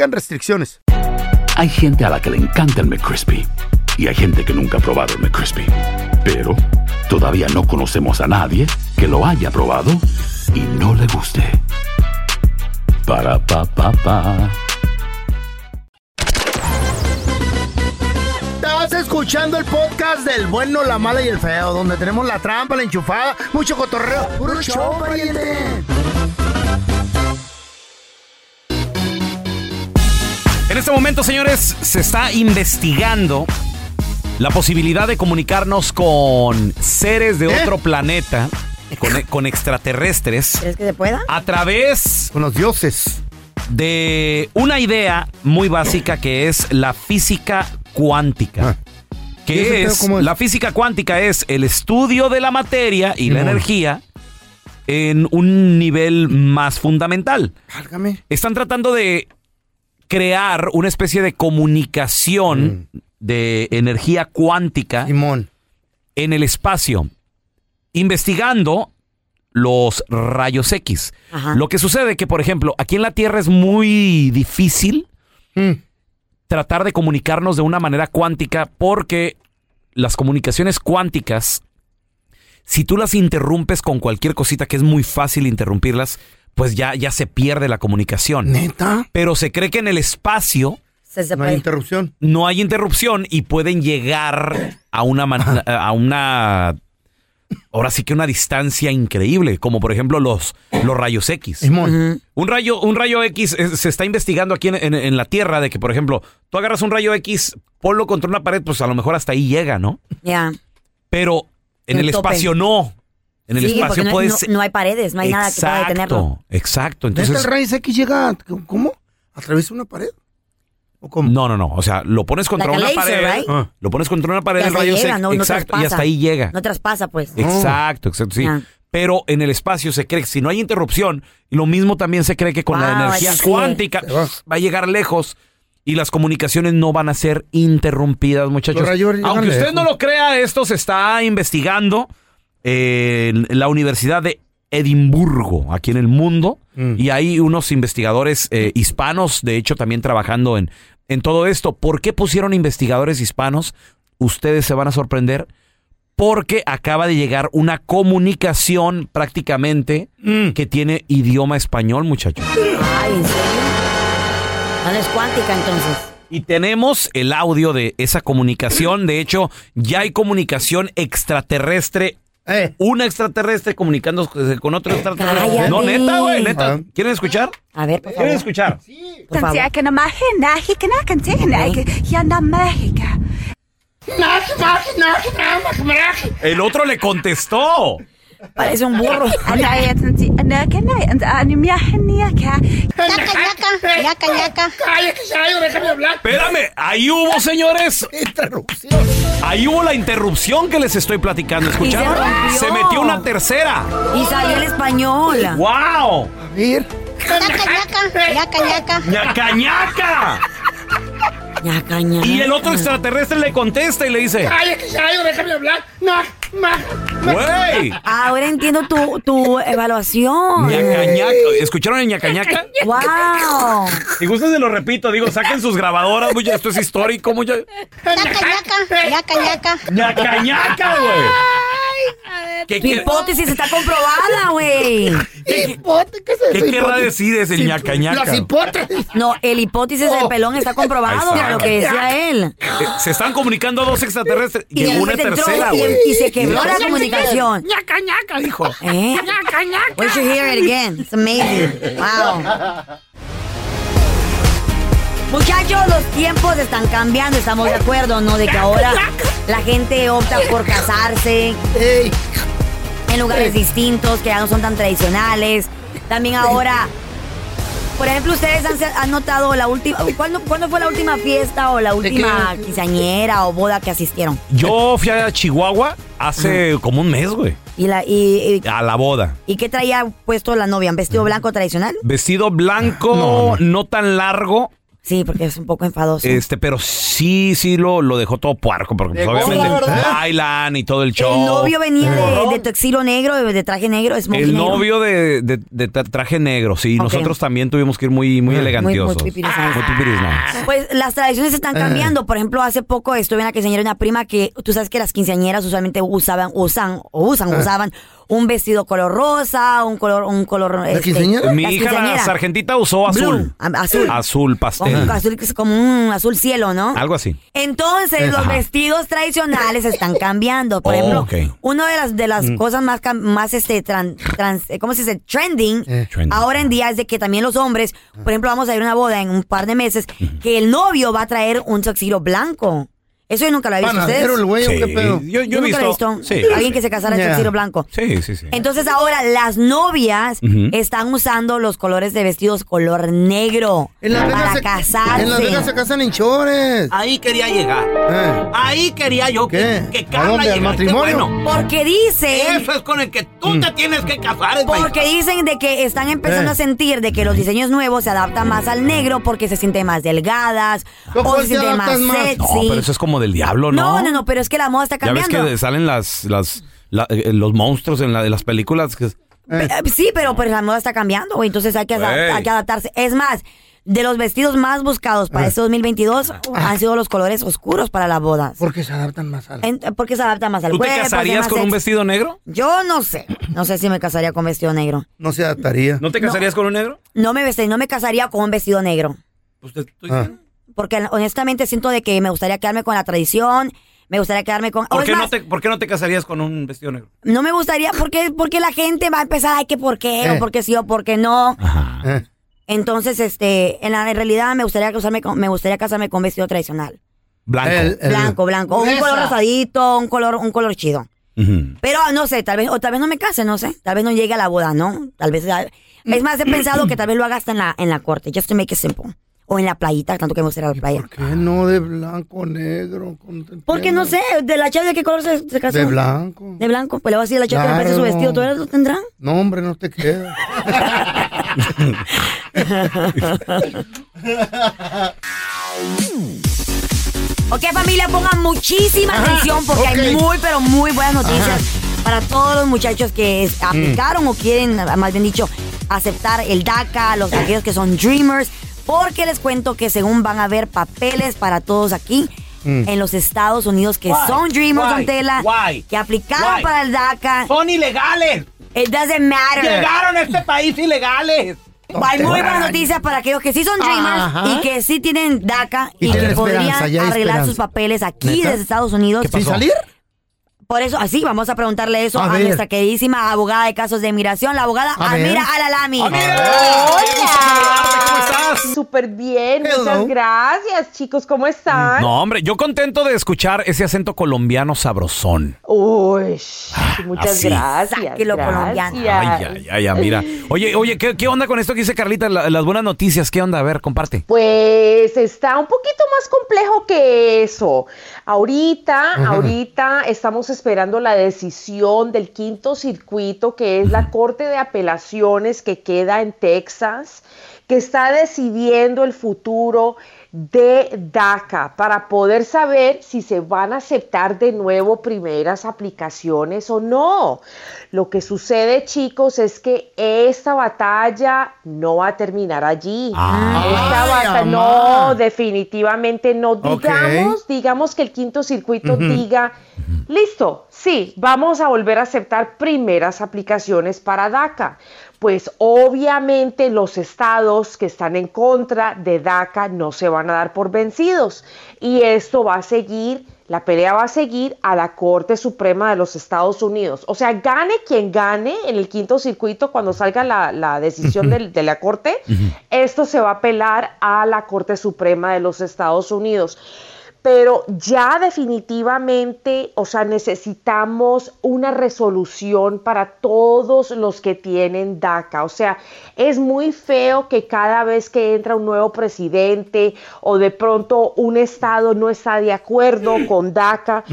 restricciones.
Hay gente a la que le encanta el McCrispy y hay gente que nunca ha probado el McCrispy. Pero todavía no conocemos a nadie que lo haya probado y no le guste. Para pa pa pa.
Estás escuchando el podcast del bueno, la mala y el feo, donde tenemos la trampa, la enchufada, mucho cotorreo. ¡Puro show, pariente!
En este momento, señores, se está investigando la posibilidad de comunicarnos con seres de
¿Eh?
otro planeta, con, con extraterrestres,
¿Crees que se pueda?
a través...
Con los dioses.
De una idea muy básica que es la física cuántica.
Ah. ¿Y ese
Que
pedo
es,
cómo es?
La física cuántica es el estudio de la materia y la
Simón.
energía en un nivel más fundamental.
Válgame.
Están tratando de crear una especie de comunicación de energía cuántica en el espacio, investigando los rayos X. Lo que sucede que, por ejemplo, aquí en la Tierra es muy difícil tratar de comunicarnos de una manera cuántica porque las comunicaciones cuánticas si tú las interrumpes con cualquier cosita que es muy fácil interrumpirlas, pues ya, ya se pierde la comunicación.
¿Neta?
Pero se cree que en el espacio
No hay interrupción.
no hay interrupción y pueden llegar a una, man- a una ahora sí que una distancia increíble, como por ejemplo los, los rayos X. Un rayo, un rayo X eh, se está investigando aquí en, en- en la Tierra de que, por ejemplo, tú agarras un rayo X, ponlo contra una pared, pues a lo mejor hasta ahí llega, ¿no?
Ya.
Pero en
El
el,
tope.
espacio no. En el
Sí, porque
espacio
no,
puedes.
no- no hay paredes, no hay nada que pueda
Exacto,
detenerlo.
Exacto. Entonces,
¿Neta el raíz X llega, ¿cómo? ¿A través de una pared?
No, no, no. O sea, lo pones contra
Like a
una
laser,
pared.
right?
Ah. Lo pones contra una pared
Y
el
hasta
rayo
llega,
se-
no- no
exacto, y
traspasa.
hasta ahí llega.
No traspasa, pues.
Exacto, exacto, sí. Pero en el espacio se cree que si no hay interrupción, lo mismo también se cree que con la
Wow,
energía
así es.
cuántica va a llegar lejos y las comunicaciones no van a ser interrumpidas, muchachos.
Los rayos llegan
Aunque usted
lejos.
no lo crea, esto se está investigando eh, en la Universidad de Edimburgo, aquí en el mundo,
Mm.
y hay unos investigadores eh, hispanos, de hecho, también trabajando en, en todo esto. ¿Por qué pusieron investigadores hispanos? Ustedes se van a sorprender porque acaba de llegar una comunicación prácticamente
Mm.
que tiene idioma español, muchachos.
Ay, ¿en serio? No es cuántica, entonces.
Y tenemos el audio de esa comunicación. De hecho, ya hay comunicación extraterrestre. Una extraterrestre comunicándose con otro extraterrestre.
Cállate.
No, neta, güey,
Ah.
neta. ¿Quieren escuchar?
A ver,
¿Quieren escuchar? El otro le contestó.
Parece un burro.
Espérame, ahí hubo, señores. Ahí hubo la interrupción que les estoy platicando. ¿Escucharon?
rompió.
Se metió una tercera.
Y salió el español.
¡Wow! [LAUGHS]
¡Ñaca,
ñaca! Y el otro extraterrestre le contesta y le dice:
déjame hablar! ¡No!
¡Güey!
Ahora entiendo tu, tu evaluación.
Ñaca, ñaca. ¿Escucharon el ñaca, [LAUGHS] ñaca?
¡Wow!
Si gustan, se lo repito. Digo, saquen sus grabadoras, muchachos. Esto es histórico, muchachos. ¡Ñaca, ñaca, güey! ¿Qué,
Tu
qué-
hipótesis está comprobada, güey.
qué querrá decir ese ñaca, ñaca?
hipótesis. No, el hipótesis
Oh.
del pelón está comprobado,
Ahí está.
lo que decía él.
Eh, se están comunicando dos extraterrestres.
Y
Llegó una
después entró
tercera,
y-
güey.
y se quebró la comunicación.
¡Ñaca, ñaca! Dijo.
¿Eh?
¡Ñaca, ñaca!
We should hear it again. It's amazing. Wow. Muchachos, Pues los tiempos están cambiando, estamos de acuerdo, ¿no? De que ahora la gente opta por casarse en lugares distintos que ya no son tan tradicionales. También ahora, por ejemplo, ustedes han, han notado la última, ¿cuándo, cuándo fue la última fiesta o la última quinceañera o boda que asistieron?
Yo fui a Chihuahua hace como un mes, güey.
¿Y, la, y, y-
A la boda.
y qué traía puesto la novia? ¿Un vestido blanco tradicional?
Vestido blanco, no, tan largo.
Sí, porque es un poco enfadoso.
Este, pero sí, sí lo, lo dejó todo puerco, porque pues,
Llegó,
obviamente
la verdad.
bailan y todo el show.
El novio venía de, de texilo negro, de, de traje negro, es
El novio de, de- de tra- traje negro, sí.
Ok.
Nosotros también tuvimos que ir muy, muy elegantiosos.
muy pipiriznados.
Muy pipiriznados.
[LAUGHS] Pues las tradiciones están cambiando. Por ejemplo, hace poco estuve en la quinceañera de una prima que tú sabes que las quinceañeras usualmente usaban, usan, o usan,
Ah.
usaban un vestido color rosa, un color, un color. este,
Mi
las
hija, la
quinceañeras.
sargentita, usó azul.
Blue, a- azul.
Azul pastel.
Como un azul, como un azul cielo, ¿no?
Algo así.
Entonces,
Eh,
los
ajá.
vestidos tradicionales están cambiando. Por
Oh,
ejemplo,
ok.
una de las, de las
Mm.
cosas más, cam- más este, tran- trans- eh, ¿cómo se dice? Trending,
Eh. Trending.
ahora en día es de que también los hombres, por ejemplo, vamos a ir a una boda en un par de meses, que el novio va a traer un tuxedo blanco. Eso yo nunca lo he visto. ¿Ustedes?
Panadero, el güey, ¿o qué Sí. pedo?
Yo- yo he
nunca lo he
visto-
visto.
sí,
Alguien
sí.
que se casara en
Yeah.
tuxedo blanco.
Sí, sí, sí.
Entonces ahora las novias
Ujú.
están usando los colores de vestidos color negro
En Las Vegas
para
se-
casarse.
En Las Vegas se casan en chores. Eh.
Ahí quería llegar. Ahí quería yo que, que
¿A
Carla
dónde? ¿Al
llegara.
matrimonio? Mm.
Porque dicen...
Eso es con el que tú te tienes que casar. es
Porque dicen de que están empezando
Eh.
a sentir de que los diseños nuevos se adaptan más al negro porque se sienten más delgadas o se sienten más sexy.
No, pero eso es como del diablo, ¿no?
no, no, no, pero es que la moda está
Ya ves
cambiando.
que salen las, las, la- eh, los monstruos en la, de las películas. que-
Eh, Sí, pero, pero la moda está cambiando, güey, entonces hay que, ada-
Güey.
hay que adaptarse. Es más, de los vestidos más buscados para este 2022 han sido los colores oscuros para las bodas.
Porque se adaptan más al...
porque se adaptan más al pues,
¿Tú te
cuerpo, se
casarías
más
con un
sexy.
vestido negro?
Yo no sé, no sé si me casaría con vestido negro.
No se adaptaría.
¿No te casarías con un negro?
No me vestí, no me casaría con un vestido negro.
Pues te estoy
Ah. Porque honestamente siento de que me gustaría quedarme con la tradición, Me gustaría quedarme con... o
¿Por
es
qué, no
más,
te, por qué no te casarías con un vestido negro?
no me gustaría porque, porque la gente va a empezar, ay, que por qué,
Eh.
o porque sí, o porque no. Entonces, este, en la en realidad me gustaría casarme con, me gustaría casarme con vestido tradicional.
Blanco.
Blanco, blanco. O un color rosadito, un color, un color chido. Pero no sé, tal vez, o tal vez no me case, no sé. Tal vez no llegue a la boda, ¿no? Tal vez. Es más, he pensado que tal vez lo haga hasta en la, en la corte, just to make it simple. O en la playita, tanto que me gustaría la playa.
¿Por qué no de blanco, negro? con-
Porque no sé, de la chava de qué color se, se casó.
De blanco.
De blanco. Pues le voy a decir a la chava que le preste su
Claro.
vestido, ¿todavía lo tendrán?
[LAUGHS]
No, hombre, no te
[LAUGHS]
queda.
Ok, familia, pongan muchísima
Ajá,
atención porque hay
ok.
muy, pero muy buenas noticias
Ajá. Mm.
para todos los muchachos que es- aplicaron o quieren, más bien dicho, aceptar el DACA, los
Ah.
aquellos que son Dreamers, porque les cuento que según van a haber papeles para todos aquí.
Mm.
En los Estados Unidos que
Why?
son Dreamers,
Why?
don Tela,
Why?
que aplicaron
Why?
para el DACA.
Son ilegales.
It doesn't matter.
Llegaron a este país ilegales.
Hay muy buenas noticias para aquellos que sí son Dreamers
Ajá.
y que sí tienen DACA
Y
y, que
tienen
podrían
esperanza, ya hay
arreglar
esperanza.
sus papeles aquí
¿Neta?
desde Estados Unidos.
¿Qué ¿Sin pasó? salir?
Por eso, así vamos a preguntarle eso
A
a,
ver.
nuestra queridísima abogada de casos de inmigración, la abogada
A ver.
Amira Alalami.
¡Hola! ¿Cómo estás? Súper bien, muchas gracias, chicos. ¿Cómo están?
No, hombre, yo contento de escuchar ese acento colombiano sabrosón.
Uy, muchas
así.
gracias.
Sáquelo,
gracias.
colombiano.
Ay, ay, ay, ay, mira. Oye, oye, ¿qué, qué onda con esto que dice Carlita? La- las buenas noticias, ¿qué onda? A ver, comparte.
Pues está un poquito más complejo que eso. Ahorita,
Ajá.
ahorita estamos esperando la decisión del quinto circuito, que es la Corte de Apelaciones que queda en Texas, que está decidiendo el futuro de DACA para poder saber si se van a aceptar de nuevo primeras aplicaciones o no. Lo que sucede, chicos, es que esta batalla no va a terminar allí. Esta
Ay,
bata-
amá.
no, definitivamente no. Digamos, digamos que el quinto circuito
Ujú.
diga, listo, sí, vamos a volver a aceptar primeras aplicaciones para DACA. Pues obviamente los estados que están en contra de DACA no se van a dar por vencidos. Y esto va a seguir, la pelea va a seguir a la Corte Suprema de los Estados Unidos. O sea, gane quien gane en el quinto circuito cuando salga la, la decisión
Ujú.
del- de la Corte, esto se va a apelar a la Corte Suprema de los Estados Unidos. Pero ya definitivamente, o sea, necesitamos una resolución para todos los que tienen DACA. O sea, es muy feo que cada vez que entra un nuevo presidente o de pronto un estado no está de acuerdo con DACA,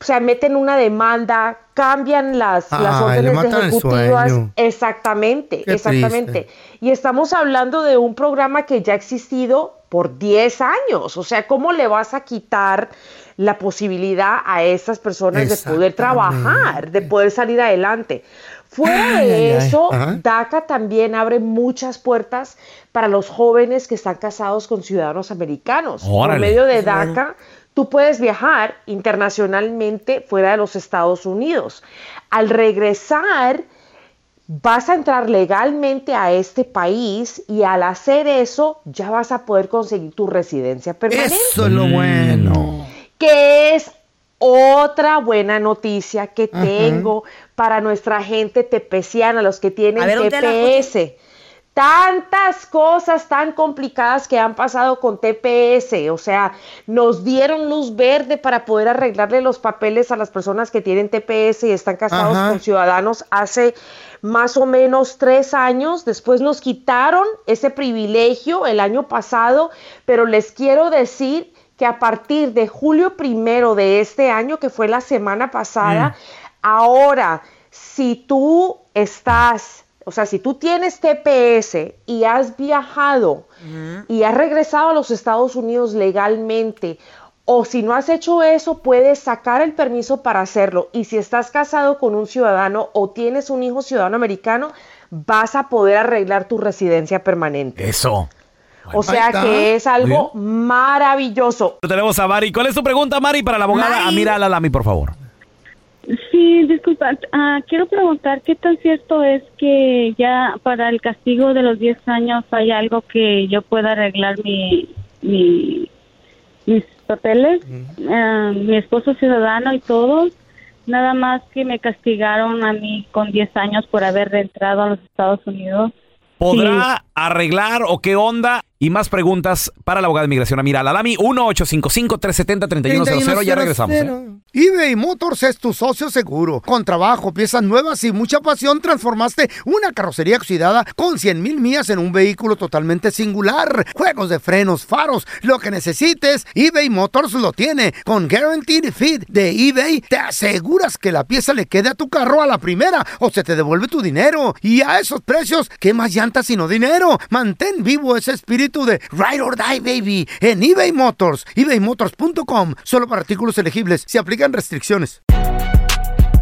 o sea, meten una demanda, cambian las, las
Ay, le
órdenes
matan el
ejecutivas.
sueño.
Exactamente,
Qué
exactamente.
triste.
Y estamos hablando de un programa que ya ha existido por 10 años. O sea, ¿cómo le vas a quitar la posibilidad a esas personas de poder trabajar, de poder salir adelante? Fuera
Ay, ay,
de
ay.
eso,
Ajá.
DACA también abre muchas puertas para los jóvenes que están casados con ciudadanos americanos. Por
Órale.
medio de
Qué bueno.
DACA, tú puedes viajar internacionalmente fuera de los Estados Unidos. Al regresar, vas a entrar legalmente a este país y al hacer eso ya vas a poder conseguir tu residencia permanente.
Eso es lo bueno.
Mm, Que es otra buena noticia que tengo para nuestra gente tepeciana, los que tienen
A ver, don Tela,
TPS. Tantas cosas tan complicadas que han pasado con TPS, o sea, nos dieron luz verde para poder arreglarle los papeles a las personas que tienen TPS y están casados
Ajá.
con ciudadanos hace más o menos tres años. Después nos quitaron ese privilegio el año pasado, pero les quiero decir que a partir de julio primero de este año, que fue la semana pasada, ahora, si tú estás, o sea, si tú tienes TPS y has viajado y has regresado a los Estados Unidos legalmente, o si no has hecho eso, puedes sacar el permiso para hacerlo. Y si estás casado con un ciudadano o tienes un hijo ciudadano americano, vas a poder arreglar tu residencia permanente.
Eso.
o sea
está.
que es algo maravilloso.
Tenemos a Mari. ¿Cuál es tu pregunta, Mari, para la abogada Amira Alalami, por favor?
Sí, disculpa. ah, quiero preguntar qué tan cierto es que ya para el castigo de los 10 años hay algo que yo pueda arreglar mi, mi, mis papeles, ah, mi esposo ciudadano y todo. Nada más que me castigaron a mí con 10 años por haber entrado a los Estados Unidos.
¿Podrá arreglar o qué onda? Y más preguntas para la abogada de migración. Mira, la Dami 1-855-370-3100. Ya regresamos. ¿eh?
eBay Motors es tu socio seguro. Con trabajo, piezas nuevas y mucha pasión, transformaste una carrocería oxidada con 100 mil millas en un vehículo totalmente singular. Juegos de frenos, faros, lo que necesites, eBay Motors lo tiene. Con Guaranteed Fit de eBay, te aseguras que la pieza le quede a tu carro a la primera o se te devuelve tu dinero. Y a esos precios, ¿qué más llantas sino dinero? Mantén vivo ese espíritu de Ride or Die, baby, en eBay Motors. ebaymotors.com, solo para artículos elegibles. Se aplican restricciones.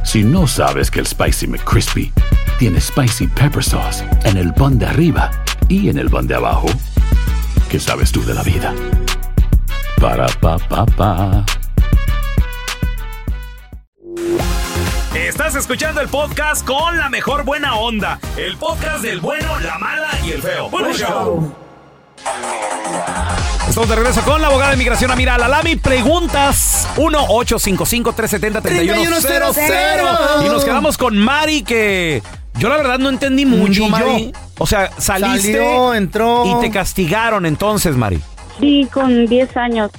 Si no sabes que el Spicy McCrispy tiene Spicy Pepper Sauce en el pan de arriba y en el pan de abajo, ¿qué sabes tú de la vida? Para, pa, pa, pa.
Estás escuchando el podcast con la mejor buena onda. El podcast del bueno, la mala y el feo. Bueno, show. Estamos de regreso con la abogada de migración Amira Lalami. Preguntas 1-855-370-3100.
3100.
Y nos quedamos con Mari, que yo la verdad no entendí mucho,
Ni yo.
Mari. O sea, saliste
Salió,
entró. y te castigaron entonces, Mari.
Sí, con 10 años.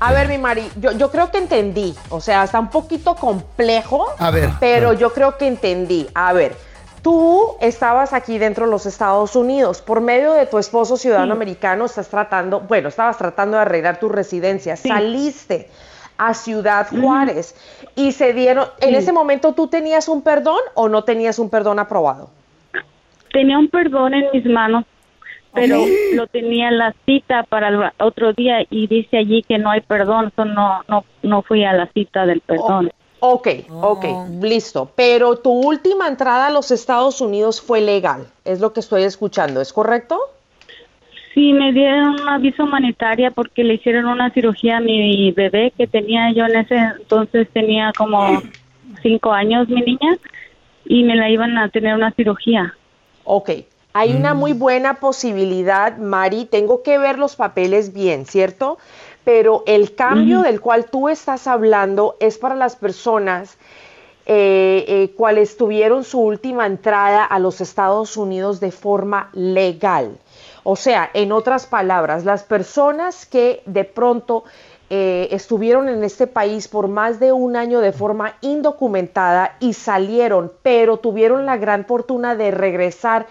A ver, mi Mari, yo, yo creo que entendí. O sea, está un poquito complejo.
A ver.
Pero yo creo que entendí. A ver, tú estabas aquí dentro de los Estados Unidos. Por medio de tu esposo ciudadano
Sí.
americano, estás tratando, bueno, estabas tratando de arreglar tu residencia. Saliste a Ciudad Juárez y se dieron. ¿En
Sí.
ese momento tú tenías un perdón o no tenías un perdón aprobado?
Tenía un perdón en mis manos, pero
Ok.
lo tenía la cita para el otro día y dice allí que no hay perdón, so no, no, no fui a la cita del perdón.
Ok, ok, listo. Pero tu última entrada a los Estados Unidos fue legal, es lo que estoy escuchando, ¿es correcto?
Sí, me dieron una aviso humanitaria porque le hicieron una cirugía a mi bebé que tenía yo en ese entonces tenía como cinco años mi niña y me la iban a tener una cirugía.
Ok, hay una muy buena posibilidad, Mari, tengo que ver los papeles bien, ¿cierto? Pero el cambio
Ujú.
del cual tú estás hablando es para las personas eh, eh, cuales tuvieron su última entrada a los Estados Unidos de forma legal. O sea, en otras palabras, las personas que de pronto eh, estuvieron en este país por más de un año de forma indocumentada y salieron, pero tuvieron la gran fortuna de regresar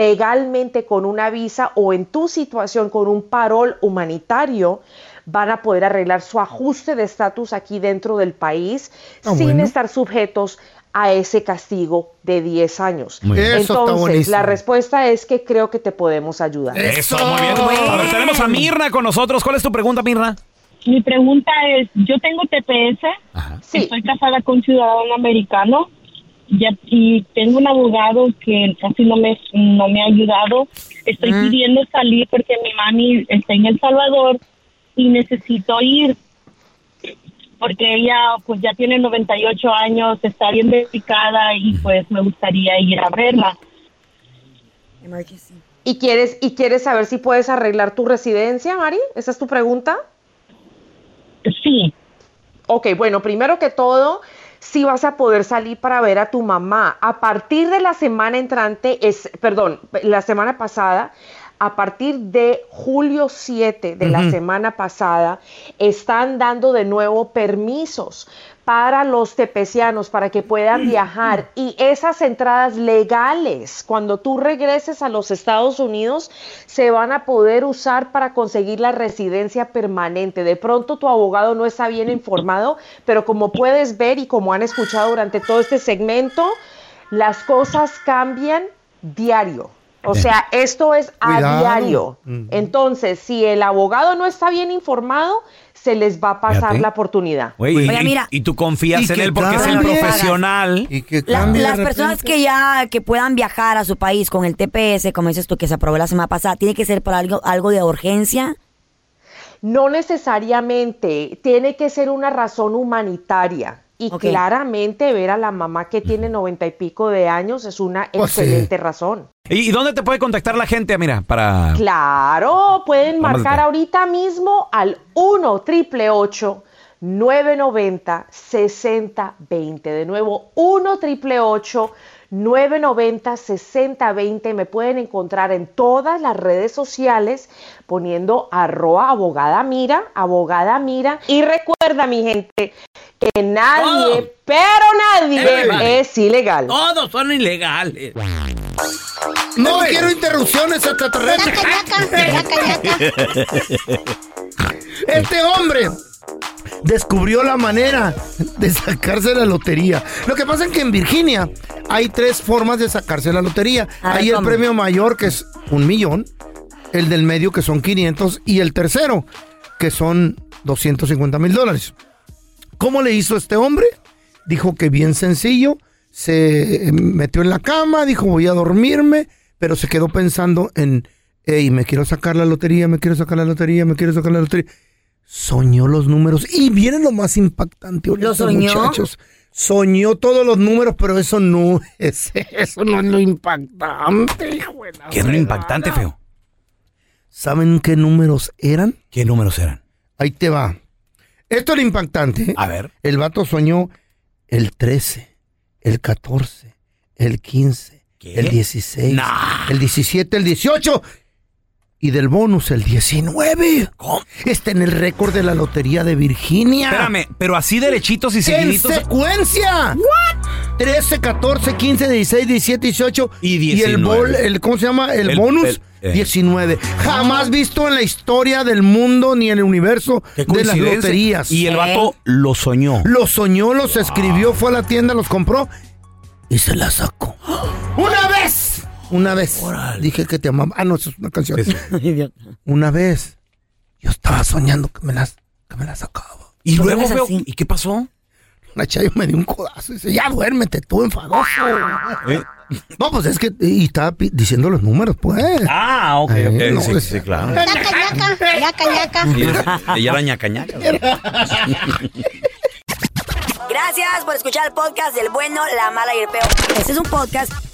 legalmente con una visa o en tu situación con un parol humanitario, van a poder arreglar su ajuste de estatus aquí dentro del país
Ah,
sin
bueno.
estar sujetos a ese castigo de 10 años.
Muy bien. Eso está
Entonces,
buenísimo.
la respuesta es que creo que te podemos ayudar.
Eso, muy bien. A ver, tenemos a Mirna con nosotros. ¿Cuál es tu pregunta, Mirna?
Mi pregunta es, yo tengo TPS, estoy casada con un ciudadano americano ya- y tengo un abogado que casi no me, no me ha ayudado. Estoy
Mm.
pidiendo salir porque mi mami está en El Salvador y necesito ir porque ella pues ya tiene 98 años, está bien dedicada y pues me gustaría ir a verla.
¿Y quieres, ¿Y quieres saber si puedes arreglar tu residencia, Mari? ¿Esa es tu pregunta?
Pues, Sí.
Ok, bueno, primero que todo, sí vas a poder salir para ver a tu mamá. A partir de la semana entrante, es, perdón, la semana pasada, a partir de julio 7 de la
Ujú.
semana pasada, están dando de nuevo permisos para los tepecianos para que puedan viajar y esas entradas legales cuando tú regreses a los Estados Unidos se van a poder usar para conseguir la residencia permanente. De pronto tu abogado no está bien informado, pero como puedes ver y como han escuchado durante todo este segmento, las cosas cambian diario. O
Bien.
sea, esto es a
Cuidado.
diario.
Mm.
Entonces, si el abogado no está bien informado, se les va a pasar
Fíjate.
la oportunidad.
Güey,
Oye,
y,
mira.
y tú confías
Y
en
que
él porque es el
cambie.
profesional.
Y que
La- las personas que ya que puedan viajar a su país con el TPS, como dices tú, que se aprobó la semana pasada, tiene que ser por algo, algo de urgencia.
No necesariamente, tiene que ser una razón humanitaria. Y
Ok.
claramente ver a la mamá que tiene noventa y pico de años es una
Pues sí.
excelente razón.
¿Y y dónde te puede contactar la gente, mira, para...
Claro, pueden
Vamos a
marcar
ver.
ahorita mismo al 1 triple 990 6020. De nuevo, 1 triple 990 6020. Me pueden encontrar en todas las redes sociales poniendo arroba abogada mira, abogada mira. Y recuerda, mi gente, que nadie, pero nadie
Everybody.
es ilegal.
Todos son ilegales.
No quiero interrupciones extraterrestres. Este hombre descubrió la manera de sacarse la lotería. Lo que pasa es que en Virginia hay tres formas de sacarse la lotería.
A ver,
hay el
¿cómo?
premio mayor, que es un millón, el del medio, que son 500, y el tercero, que son 250 mil dólares. ¿Cómo le hizo este hombre? Dijo que bien sencillo, se metió en la cama, dijo voy a dormirme, pero se quedó pensando en, hey, me quiero sacar la lotería, me quiero sacar la lotería, me quiero sacar la lotería. Soñó los números y viene lo más impactante. ahorita,
¿Lo soñó?
Muchachos. Soñó todos los números, pero eso no [LAUGHS] es, eso no es lo impactante. hijo de la-
¿Qué es lo impactante, feo?
¿Saben qué números eran?
¿Qué números eran?
Ahí te va. Esto era impactante.
A ver.
El vato soñó el 13, el 14, el 15, el 16, el 17, el 18 y del bonus el 19. Está en el récord de la lotería de Virginia.
Espérame, pero así derechitos y
¡En
seguiditos...
secuencia! 13, 14, 15, 16, 17, 18 y el
19.
bol, el, ¿cómo se llama? El,
El-
bonus
el- eh.
19. Jamás visto en la historia del mundo ni en el universo
Qué
de las
coincidencia.
loterías.
Y el vato lo soñó.
Los soñó, los escribió, fue a la tienda, los compró y se la
[GASPS]
sacó. ¡Una vez! Una vez. Dije que te amaba. Ah, no, eso es una canción. [LAUGHS] Una vez. Yo estaba soñando que me las, que me las sacaba.
Y luego veo- ¿Y qué pasó?
La Chayo me dio un codazo. y Dice, ya duérmete tú, enfadoso.
¿Eh?
No, pues es que... Y estaba pi- diciendo los números, pues.
Ah, ok,
Eh,
ok.
no,
sí,
pues-
sí, claro.
Yaca, yaca, yaca,
[LAUGHS]
Ella ella era ñaca, ñaca.
Gracias por escuchar el podcast del bueno, la mala y el peor. Este es un podcast